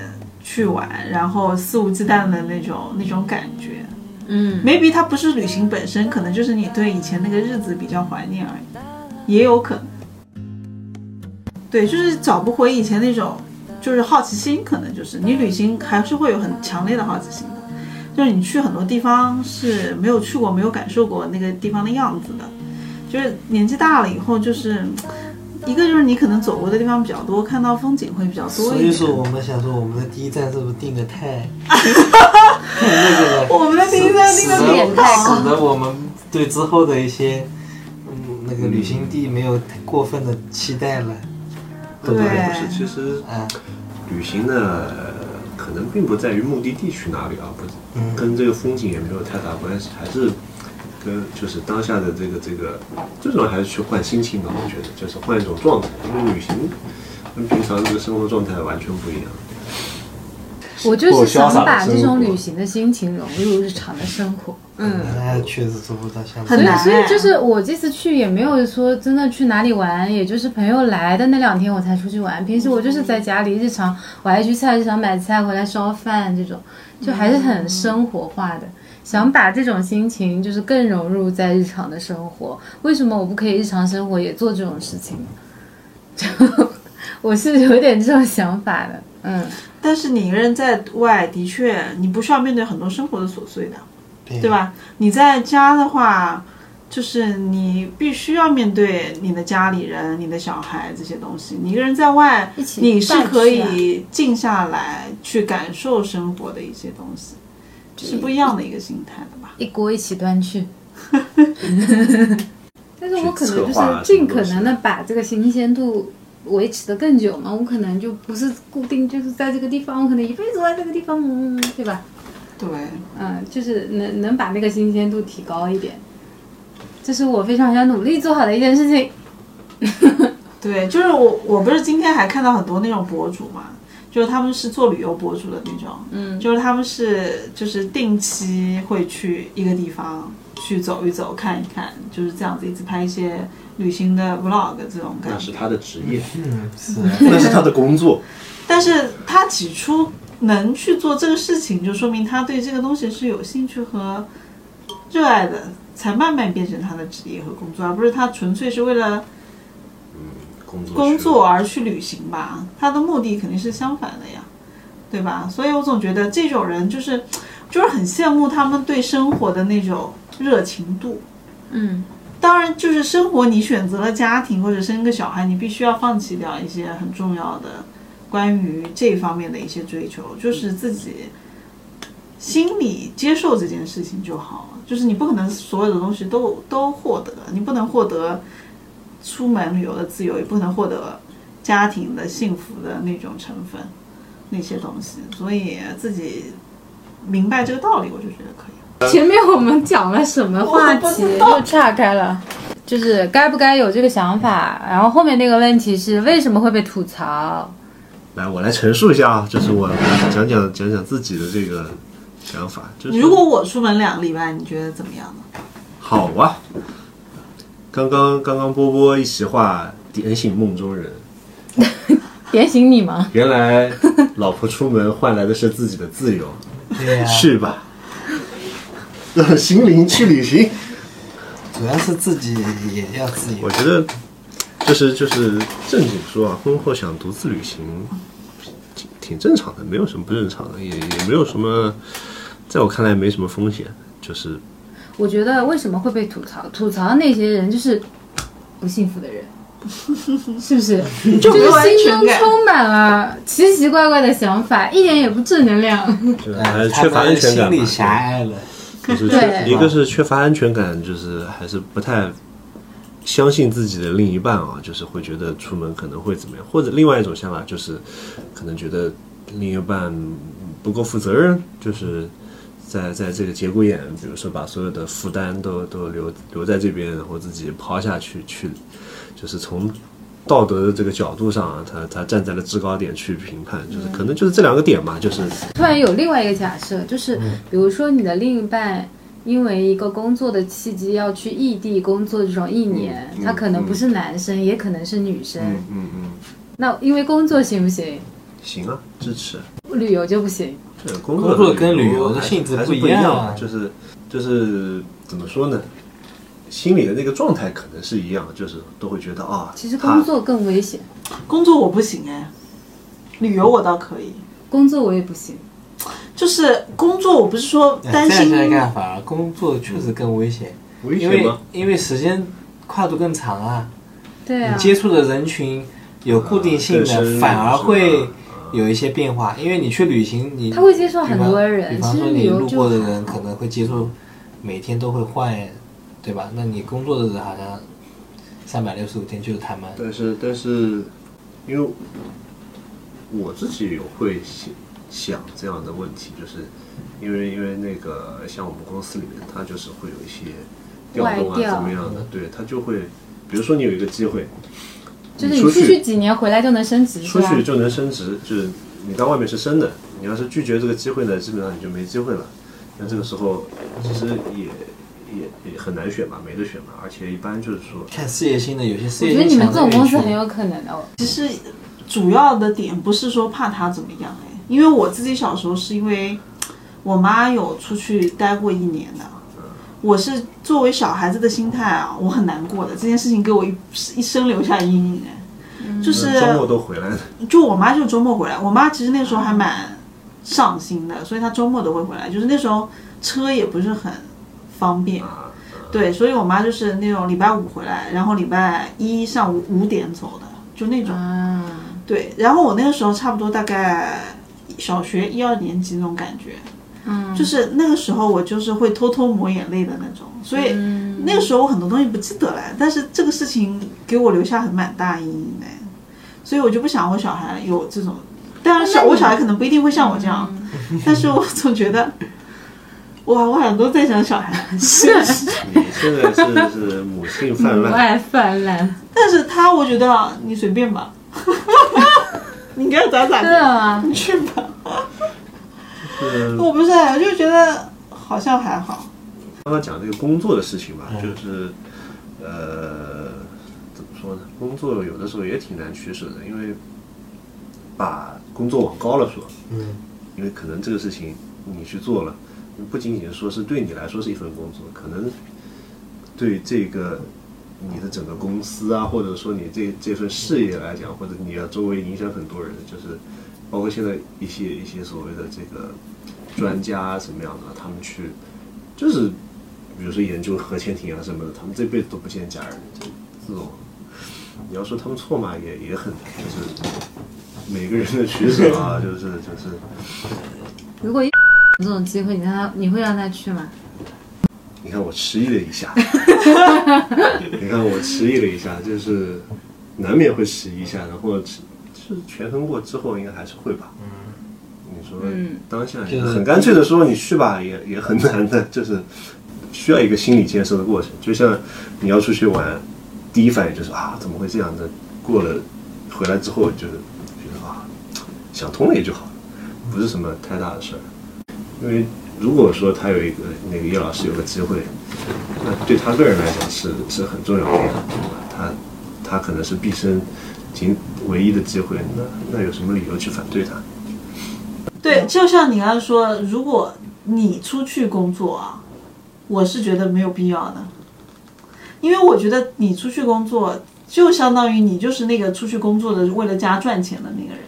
S2: 去玩，然后肆无忌惮的那种那种感觉。
S1: 嗯
S2: maybe 它不是旅行本身，可能就是你对以前那个日子比较怀念而已，也有可能。对，就是找不回以前那种，就是好奇心，可能就是你旅行还是会有很强烈的好奇心的，就是你去很多地方是没有去过、没有感受过那个地方的样子的，就是年纪大了以后，就是嗯一个就是你可能走过的地方比较多，看到风景会比较多
S4: 所
S2: 一点。
S4: 以说，我们想说，我们的第一站是不是定的
S2: *laughs*
S4: 太太那个了？
S2: 我们的第一站定
S4: 使
S2: 的
S4: 得
S1: 脸太高
S4: 使得我们对之后的一些嗯那个旅行地没有太过分的期待了。
S3: 不
S2: 对
S3: 是，其实
S4: 啊，
S3: 旅行呢，可能并不在于目的地去哪里啊，
S4: 嗯
S3: 不跟这个风景也没有太大关系，还是跟就是当下的这个这个，最重要还是去换心情的。我觉得就是换一种状态，因为旅行跟平常这个生活状态完全不一样。
S1: 我就是想
S3: 过潇洒的
S1: 把这
S3: 生
S1: 种
S3: 活
S1: 旅行的心情融入日常的生活。嗯。
S4: 那确实做不到像
S2: 很难
S1: 所以
S2: 哎
S1: 就是我这次去也没有说真的去哪里玩，也就是朋友来的那两天我才出去玩。平时我就是在家里日常，我还去菜市场买菜回来烧饭，这种就还是
S2: 嗯
S1: 很生活化的。想把这种心情就是更融入在日常的生活，为什么我不可以日常生活也做这种事情呢？ *laughs* 就我是有点这种想法的，嗯，
S2: 但是你一个人在外，的确你不需要面对很多生活的琐碎的，对？吧？你在家的话，就是你必须要面对你的家里人、你的小孩这些东西。你一个人在外，
S1: 一起
S2: 你是
S1: 带
S2: 可
S1: 去啊
S2: 以静下来去感受生活的一些东西，是不一样的一个心态的吧？
S1: 一锅一起端
S3: *laughs*
S1: 去。但是我可能就是
S3: 去策划啊
S1: 尽可能的把这个新鲜度维持的更久嘛，我可能就不是固定就是在这个地方，我可能一辈子都在这个地方，嗯，对吧？
S2: 对，
S1: 嗯，就是能能把那个新鲜度提高一点，这是我非常想努力做好的一件事情。
S2: 对，就是我，我不是今天还看到很多那种博主嘛，就是他们是做旅游博主的那种，
S1: 嗯
S2: 就是他们是就是定期会去一个地方去走一走、看一看，就是这样子一直拍一些旅行的 vlog 这种感
S3: 那
S2: 觉
S3: 是。他的职
S2: *laughs*
S3: 业，
S4: 嗯，是啊。
S3: 那是他的工作。
S2: 但是他起初能去做这个事情，就说明他对这个东西是有兴趣和热爱的，才慢慢变成他的职业和工作，而不是他纯粹是为了
S3: 嗯工作
S2: 工作而去旅行吧，他的目的肯定是相反的呀，对吧？所以我总觉得这种人就是，就是很羡慕他们对生活的那种热情度。
S1: 嗯，
S2: 当然，就是生活，你选择了家庭或者生个小孩，你必须要放弃掉一些很重要的关于这方面的一些追求，就是自己心里接受这件事情就好了。就是你不可能所有的东西都都获得，你不能获得出门旅游的自由，也不能获得家庭的幸福的那种成分，那些东西。所以自己明白这个道理，我就觉得可以了。
S1: 前面我们讲了什么话题又岔开了，就是该不该有这个想法，然后后面那个问题是为什么会被吐槽？
S3: 来，我来陈述一下啊，就是我讲讲讲讲自己的这个想法。就是
S2: 如果我出门两个礼拜，你觉得怎么样呢？
S3: 好啊，刚刚刚刚波波一席话点醒梦中人，
S1: *laughs* 点醒你吗？
S3: 原来老婆出门换来的是自己的自
S4: *laughs*
S3: 由，
S4: 对呀、
S3: 去吧，让心灵去旅行。
S4: 主要是自己也要自由
S3: 我。觉得，就是就是正经说啊，婚后想独自旅行，挺挺正常的，没有什么不正常的，也也没有什么，在我看来没什么风险，就是
S1: 我觉得为什么会被吐槽？吐槽那些人就是不幸福的人， *laughs* 是不是？
S3: *laughs*
S1: 就
S2: 没
S1: 是
S2: 有安
S1: 心
S2: 全
S1: 中
S2: 感
S1: 充满了奇奇怪怪的想法，一点也不正能量。 *laughs*
S3: 就是
S4: 哎
S3: 还是缺乏
S4: 他们
S3: 安全感
S4: 心
S3: 吧
S4: 理。狭隘了。
S3: 就是
S1: 对
S3: 缺一个是缺乏安全感，就是还是不太相信自己的另一半啊，就是会觉得出门可能会怎么样，或者另外一种想法就是可能觉得另一半不够负责任，就是在在这个节骨眼，比如说把所有的负担都都留留在这边，然后自己抛下去去，就是从。道德的这个角度上啊，他他站在了制高点去评判，就是可能就是这两个点嘛，就是
S1: 突然有另外一个假设，就是
S3: 嗯
S1: 比如说你的另一半。因为一个工作的契机要去异地工作，这种一年，
S3: 嗯嗯
S1: 他可能不是男生，也可能是女生。
S3: 嗯嗯，
S1: 那因为工作行不行？
S3: 行啊，支持。
S1: 旅游就不行。
S3: 对，工
S4: 工作跟旅游的性质
S3: 还是
S4: 不一
S3: 一
S4: 样
S3: 啊就是就是怎么说呢？心里的那个状态可能是一样，就是都会觉得啊，
S1: 其实
S3: 他
S1: 工作更危险，
S2: 工作我不行哎，旅游我倒可以。
S1: 工作我也不行。
S2: 就是工作，我不是说
S4: 哎
S2: 担心
S4: 这样下来看，反而工作确实更危险，
S3: 危
S4: 因
S3: 险
S4: 为
S3: 吗？
S4: 因为时间跨度更长啊，
S1: 对啊
S4: 你，接触的人群有固定性
S3: 啊更深
S4: 的，反而
S3: 是啊
S4: 会
S3: 吧
S4: 有一些变化。因为你去旅行，你
S1: 他会接触很多人
S4: 比方比
S1: 其实
S4: 方说
S1: 旅
S4: 你
S1: 游
S4: 路
S1: 就
S4: 过的人可能会接触，每天都会换，对吧？那你工作的人好像三百六十五天就是他们。
S3: 但是但是，因为我自己有会想想这样的问题，就是因为因为那个像我们公司里面，它就是会有一些调动啊
S1: 外调嗯
S3: 怎么样的，对，它就会，比如说你有一个机会，
S1: 就是你
S3: 出
S1: 出去几年回来就能升职，是
S3: 出
S1: 吧？
S3: 去就能升职，就是你到外面是升的，你要是拒绝这个机会呢，基本上你就没机会了。那这个时候其实也也也很难选嘛，没得选嘛，而且一般就是说，
S4: 看事业心的，有些事
S1: 我
S4: 业
S1: 觉得
S4: 心
S1: 你们
S4: 强
S1: 这种
S4: 的
S1: 公
S4: 人
S1: 司
S4: 群
S1: 很有可能的哦。
S2: 其实主要的点不是说怕他怎么样哎，因为我自己小时候是因为我妈有出去待过一年的，我是作为小孩子的心态啊，我很难过的这件事情给我一一生留下阴影哎，就是
S3: 周末都回来了，
S2: 就我妈就周末回来，我妈其实那时候还蛮上心的，所以她周末都会回来，就是那时候车也不是很方便。对，所以我妈就是那种礼拜五回来，然后礼拜一上午五点走的，就那种。
S1: 啊，
S2: 对，然后我那个时候差不多大概小学一二年级那种感觉，
S1: 嗯，
S2: 就是那个时候我就是会偷偷抹眼泪的那种，所以
S1: 嗯
S2: 那个时候我很多东西不记得了，但是这个事情给我留下很蛮大阴影的，所以我就不想我小孩有这种，当然小我小孩可能不一定会像我这样，但是我总觉得，哇，我好像都在想小孩，是，
S3: 你现在是是母性泛
S1: 母
S3: 滥，
S1: 爱泛滥，
S2: 但是他我觉得你随便吧， *laughs* 你该咋咋
S1: 真
S2: 地
S1: 的吗？
S2: 去吧。
S3: 嗯，
S2: 我不是，我就觉得好像还好。
S3: 刚刚讲这个工作的事情吧，就是呃，怎么说呢？工作有的时候也挺难取舍的，因为把工作往高了说，
S4: 嗯，
S3: 因为可能这个事情你去做了，不仅仅说是对你来说是一份工作，可能对这个你的整个公司啊，或者说你这这份事业来讲，或者你要周围影响很多人，就是包括现在一些一些所谓的这个专家啊什么样的，他们去就是比如说研究核潜艇啊什么的，他们这辈子都不见家人，这这种你要说他们错嘛，也也很难，就是每个人的取舍啊，就是就是。
S1: 如果有这种机会，你让他，你会让他去吗？
S3: 你看我迟疑了一下，你看我迟疑了一下，就是难免会迟疑一下，然后迟是权衡过之后，应该还是会吧。你说
S1: 嗯
S3: 当下
S4: 就是
S3: 很干脆的说你去吧，也也很难的， *laughs* 就是需要一个心理建设的过程。就像你要出去玩，第一反应就是啊，怎么会这样的？过了回来之后，就是觉得啊，想通了也就好了，不是什么太大的事儿。因为如果说他有一个那个叶老师有个机会，那对他个人来讲是是很重要的，他他可能是毕生仅唯一的机会，那那有什么理由去反对他？
S2: 对，就像你刚才说，如果你出去工作啊，我是觉得没有必要的。因为我觉得你出去工作，就相当于你就是那个出去工作的，为了家赚钱的那个人，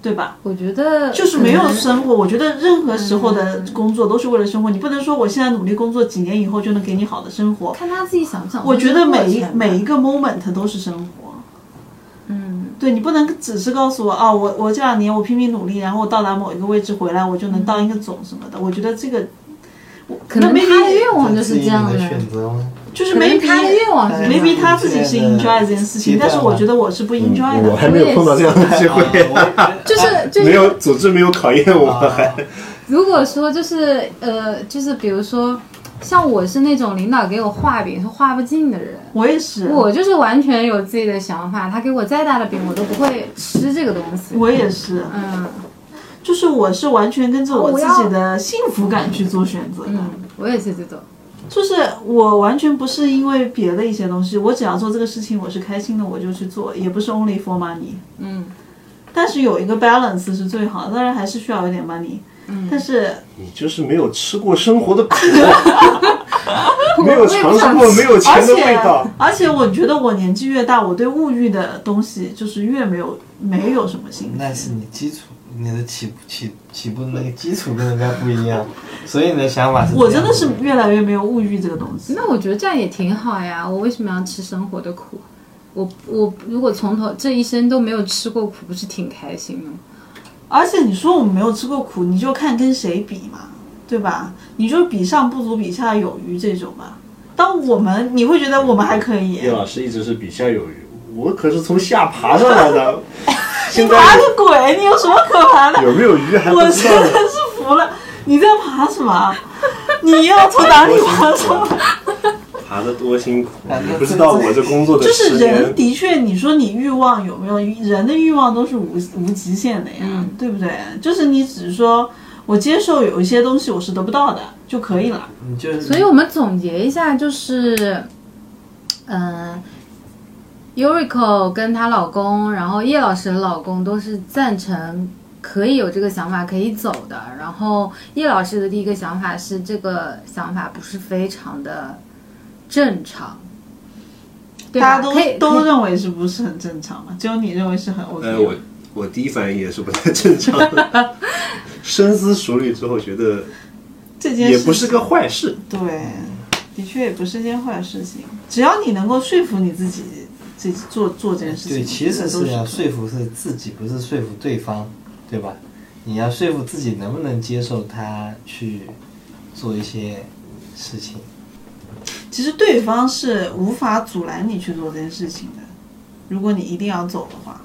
S2: 对吧？
S1: 我觉得
S2: 就是没有
S1: 可能
S2: 生活，我觉得任何时候的工作都是为了生活，你不能说我现在努力工作，几年以后就能给你好的生活。
S1: 看他自己想不想。
S2: 我觉得每一
S1: 钱吧
S2: 每一个 moment 都是生活，
S1: 嗯，
S2: 对你不能只是告诉我啊，我我这两年我拼命努力，然后我到达某一个位置回来，我就能当一个总什么的。我觉得这个，我
S1: 可能
S2: 那 maybe-
S1: 他的愿望就
S4: 自
S1: 是这
S4: 己
S1: 样
S4: 的选择吗？
S2: 就是
S1: 可能
S2: maybe
S1: 他的愿望是这样
S2: maybe 他自己是 enjoy 这件事情，但是我觉得我是不 enjoy
S3: 我还
S2: 的。
S3: 没有碰到这样的机会，
S2: 啊
S1: 就是就
S3: *laughs* 没
S1: 是
S3: 有组织没有考验我，
S2: 啊
S3: 还
S1: 如果说就是呃，就是比如说，像我是那种领导给我画饼是画不进的人，
S2: 我也是，
S1: 我就是完全有自己的想法，他给我再大的饼，我都不会吃这个东西。
S2: 我也是，
S1: 嗯
S2: 就是我是完全跟着我
S1: 哦我
S2: 自
S1: 要
S2: 己的幸福感去做选择的。
S1: 嗯，我也是这种。
S2: 就是我完全不是因为别的一些东西，我只要做这个事情我是开心的，我就去做，也不是 only for money。
S1: 嗯
S2: 但是有一个 balance 是最好的，当然还是需要有点 money。嗯，但是
S3: 你就是没有吃过生活的
S2: *laughs*
S3: 苦，没有尝试过没有
S2: 而
S3: 钱的味
S2: 且
S3: 道。
S2: 而且我觉得我年纪越大，我对物欲的东西就是越没有没有什么兴趣。
S4: 那是你基础，你的起起起步的那个基础跟人家不
S2: *laughs*
S4: 一样，所以你的想法是这样。
S2: 我真的是越来越没有物欲这个东西。
S1: 那我觉得这样也挺好呀。我为什么要吃生活的苦？我我如果从头这一生都没有吃过苦，不是挺开心吗？
S2: 而且你说我们没有吃过苦，你就看跟谁比嘛，对吧？你就比上不足，比下有余这种嘛。当我们你会觉得我们还可以
S3: 叶，老师一直是比下有余，我可是从下爬上来
S2: *laughs*
S3: 的，现
S2: 爬
S3: 在
S2: 个鬼！你有什么可爬的？
S3: 有没有鱼还不
S2: 我
S3: 知
S2: 真
S3: 道
S2: 的
S3: 呢。
S2: 是服了，你在爬什么？你要从哪里爬上来？
S3: 啊 *laughs* 爬得多辛苦，你不知道我这工作的
S2: 就是
S3: 十
S2: 人
S3: 年。
S2: 的确，你说你欲望有没有？人的欲望都是无无极限的呀，
S1: 嗯
S2: 对不对？就是你只是说我接受有一些东西我是得不到的就可以了。
S4: 你就是，
S2: 嗯
S1: 所以我们总结一下，就是，嗯、e u r i c o 跟她老公，然后叶老师的老公都是赞成可以有这个想法，可以走的。然后叶老师的第一个想法是，这个想法不是非常的正常，对吧
S2: 大家都
S1: 可以
S2: 都
S1: 可以
S2: 认为是不是很正常嘛？只有你认为是很 OK 的。
S3: 呃，我我第一反应也是不太正常的，
S2: *laughs*
S3: 深思熟虑之后觉得
S2: 这件事
S3: 也不是个坏事。
S2: 对，的确也不是件坏事情。只要你能够说服你自己，自己做做这件事情，
S4: 对，其实
S2: 我
S4: 是啊
S2: 觉得
S4: 要
S2: 都
S4: 说服是自己，不是说服对方，对吧？你要说服自己能不能接受他去做一些事情。
S2: 其实对方是无法阻拦你去做这件事情的。如果你一定要走的话，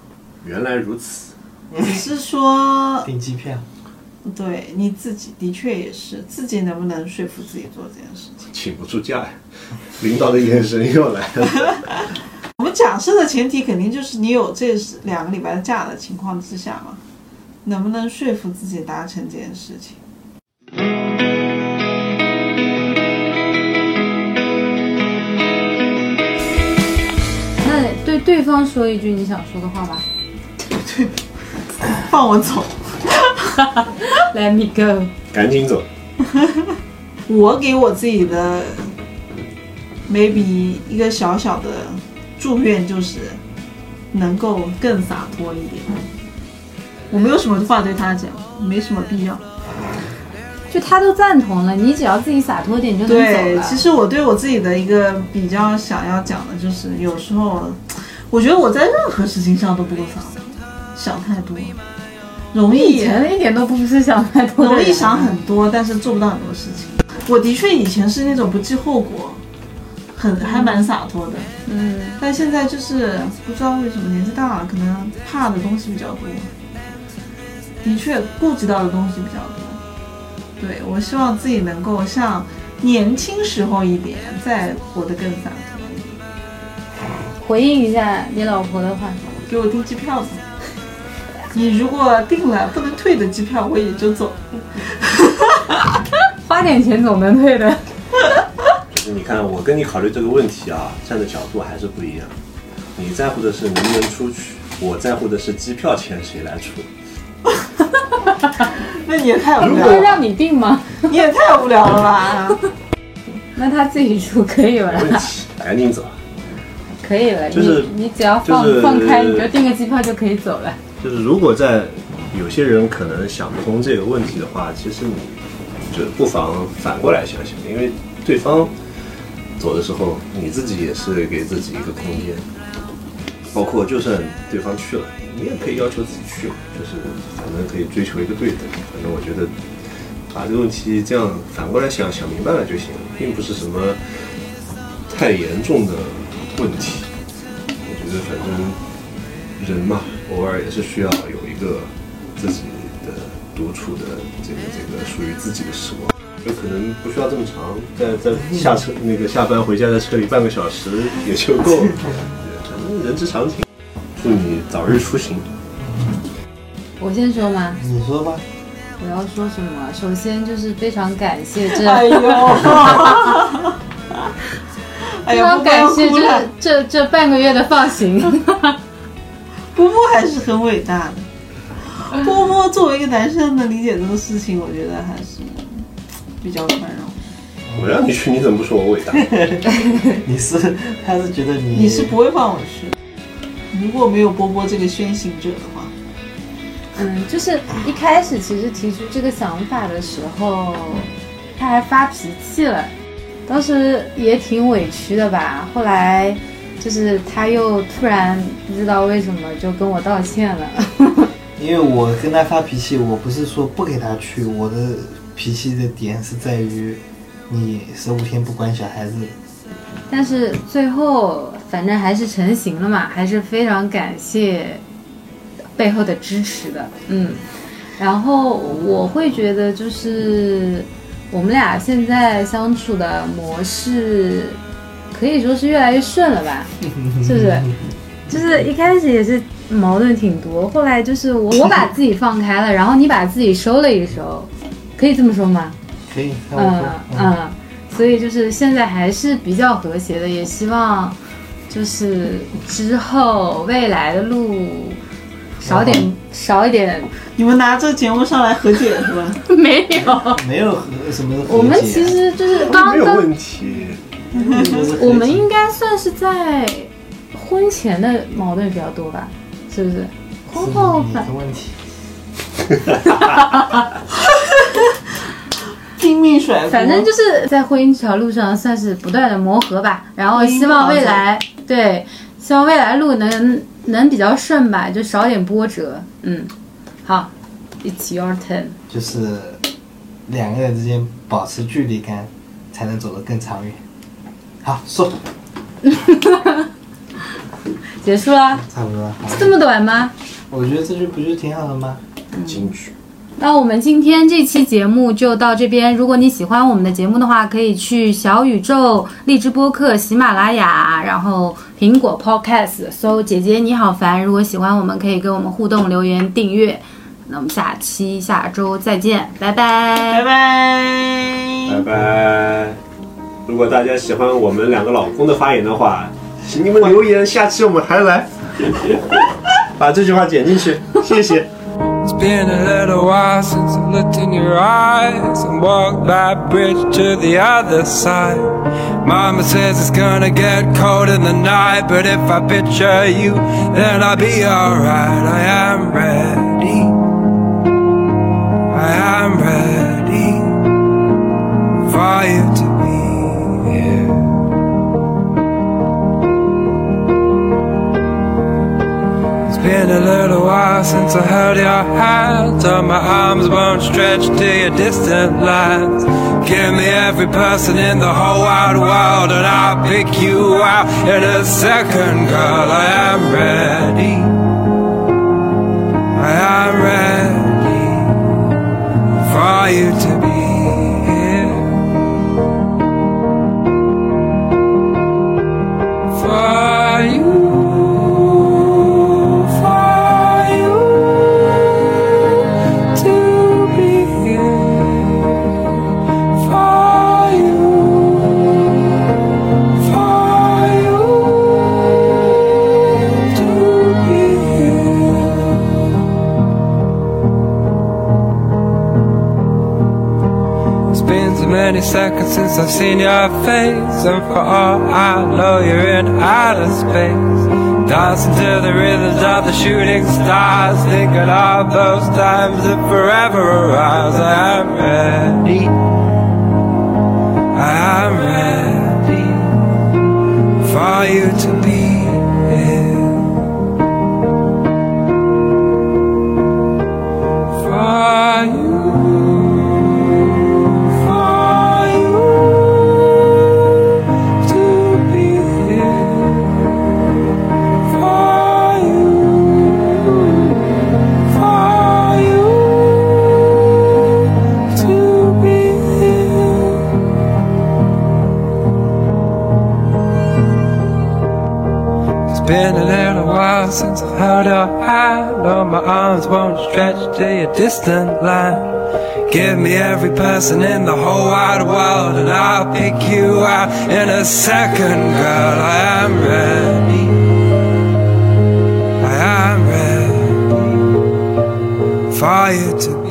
S3: 原来如此，
S2: 只是说
S4: 订机票，
S2: 对你自己的确也是自己能不能说服自己做这件事情。
S3: 请不出假呀！领导的眼神又来了。
S2: 我们假设的前提肯定就是你有这两个礼拜的假的情况之下嘛，能不能说服自己达成这件事情？
S1: 那对对方说一句你想说的话吧
S2: 放我走，
S1: ，Let me go。
S3: 赶紧走，
S2: 我给我自己的 maybe 一个小小的祝愿就是能够更洒脱一点。我没有什么话对他讲，没什么必要。
S1: 就他都赞同了，你只要自己洒脱点就能走
S2: 对，
S1: 了。
S2: 其实我对我自己的一个比较想要讲的就是，有时候我觉得我在任何事情上都不够洒脱，想太多，容
S1: 以
S2: 易
S1: 前一点都不是想太多的人，啊
S2: 容易想很多，但是做不到很多事情。我的确以前是那种不计后果，很还蛮洒脱的，
S1: 嗯。
S2: 但现在就是不知道为什么年纪大了，可能怕的东西比较多，的确顾及到的东西比较多。对我希望自己能够像年轻时候一点，再活得更洒脱一点。
S1: 回应一下你老婆的话，
S2: 给我订机票吧，你如果订了不能退的机票，我也就走。
S1: 花点钱总能退的。
S3: 你看我跟你考虑这个问题啊，站的角度还是不一样。你在乎的是能不能出去，我在乎的是机票钱谁来出。
S2: 那你也太无
S1: 不
S2: 聊
S1: 是
S2: 了，
S1: 让你定吗？ *laughs*
S2: 你也太无聊了吧？
S1: 那他自己出可以吧？
S3: 没问题， *laughs* 赶紧走。
S1: 可以了，
S3: 就是
S1: 你你只要放、
S3: 就是
S1: 放开，你就订个机票就可以走了。
S3: 就是如果在有些人可能想不通这个问题的话，其实你就不妨反过来想想，因为对方走的时候，你自己也是给自己一个空间，包括就算对方去了，你也可以要求自己去嘛，就是反正可以追求一个对等。反正我觉得把这个问题这样反过来想想明白了就行了，并不是什么太严重的问题。我觉得反正人嘛，偶尔也是需要有一个自己的独处的这个这个属于自己的时光。有可能不需要这么长，在在下车那个下班回家在车里半个小时也就够了。对反正人之常情，祝你早日出行。
S1: 我先说吗？
S4: 你说吧，
S1: 我要说什么？首先就是非常感谢这，
S2: 哎
S1: *laughs*
S2: 呦， *laughs* 哎
S1: 非
S2: 呀，
S1: 常
S2: 不
S1: 感
S2: 要
S1: 谢
S2: 哭
S1: 这、
S2: 了，
S1: 这这半个月的放
S2: *laughs*
S1: 行。
S2: 波波还是很伟大的。波波作为一个男生能理解这个事情，我觉得还是比较宽容。
S1: 嗯
S3: 我让你去，你怎么不说我伟大？
S4: 你是 *laughs* 他是觉得你
S2: 你是不会放我去的，如果没有波波这个先行者的话，
S1: 嗯，就是一开始其实提出这个想法的时候，他还发脾气了，当时也挺委屈的吧。后来就是他又突然不知道为什么就跟我道歉了。
S4: 因为我跟他发脾气，我不是说不给他去，我的脾气的点是在于，你十五天不管小孩子，
S1: 但是最后反正还是成型了嘛，还是非常感谢背后的支持的，嗯。然后我会觉得就是我们俩现在相处的模式，可以说是越来越顺了 *laughs* 吧，是不是？就是一开始也是矛盾挺多，后来就是我我把自己放开了，然后你把自己收了一收，可以这么说吗？
S4: 可以，那我
S1: 嗯
S4: 说，嗯，
S1: 嗯，所以就是现在还是比较和谐的，也希望就是之后未来的路少点少一点
S2: 你们拿这个节目上来和解
S1: *laughs*
S2: 是吧？
S1: 没有。
S4: 没有和什么和解啊
S1: *laughs* 嗯我们其实就是
S3: 没
S1: 刚
S3: 有
S1: 刚，
S3: 问题。
S4: 就是和解
S1: 我们应该算是在婚前的矛盾比较多吧，是不是？
S4: 是
S1: 婚后
S4: 你
S1: 反
S4: 的问题，
S2: 拼命甩锅，
S1: 反正就是在婚姻这条路上算是不断的磨合吧，然后希望未来对，希望未来路能能比较顺吧，就少点波折。嗯，好，It's your turn。
S4: 就是两个人之间保持距离感，才能走得更长远。好，说
S1: 结束了，
S4: 差不多了，好
S1: 这么短吗？
S4: 我觉得这句不就挺好的吗？
S3: 金句，
S1: 那我们今天这期节目就到这边。如果你喜欢我们的节目的话，可以去小宇宙、荔枝播客、喜马拉雅，然后苹果 Podcast 搜“姐姐你好烦”。如果喜欢我们，可以跟我们互动、留言、订阅。那我们下期下周再见，拜拜，拜
S2: 拜拜
S3: 拜拜。如果大家喜欢我们两个老公的发言的话，请你们留言，下期我们还来。 *laughs* 把这句话剪进去，谢谢。
S6: It's been a little while since I looked in your eyes and walked that bridge to the other side. Mama says it's gonna get cold in the night, but if I picture you, then I'll be alright. I am ready. I am ready for you to be here. It's been a little while since I held your hand Though my arms won't stretch to your distant lines Give me every person in the whole wide world And I'll pick you out in a second Girl, I am ready I am ready For you to be here For you for you to be here. For you, for you to be many seconds since I've seen your face. And for all I know, you're in outer space. Dancing to the rhythms of the shooting stars. Thinking of those times that forever arise. I am ready. I am ready for you to be here. For you, for you to be here. For you, for you to be here. It's been a little while since I've held your hand. Oh, my arms won't stretch to your distant line. Give me every person in the whole wide world, and I'll pick you out in a second, girl. I am ready. I am ready for you to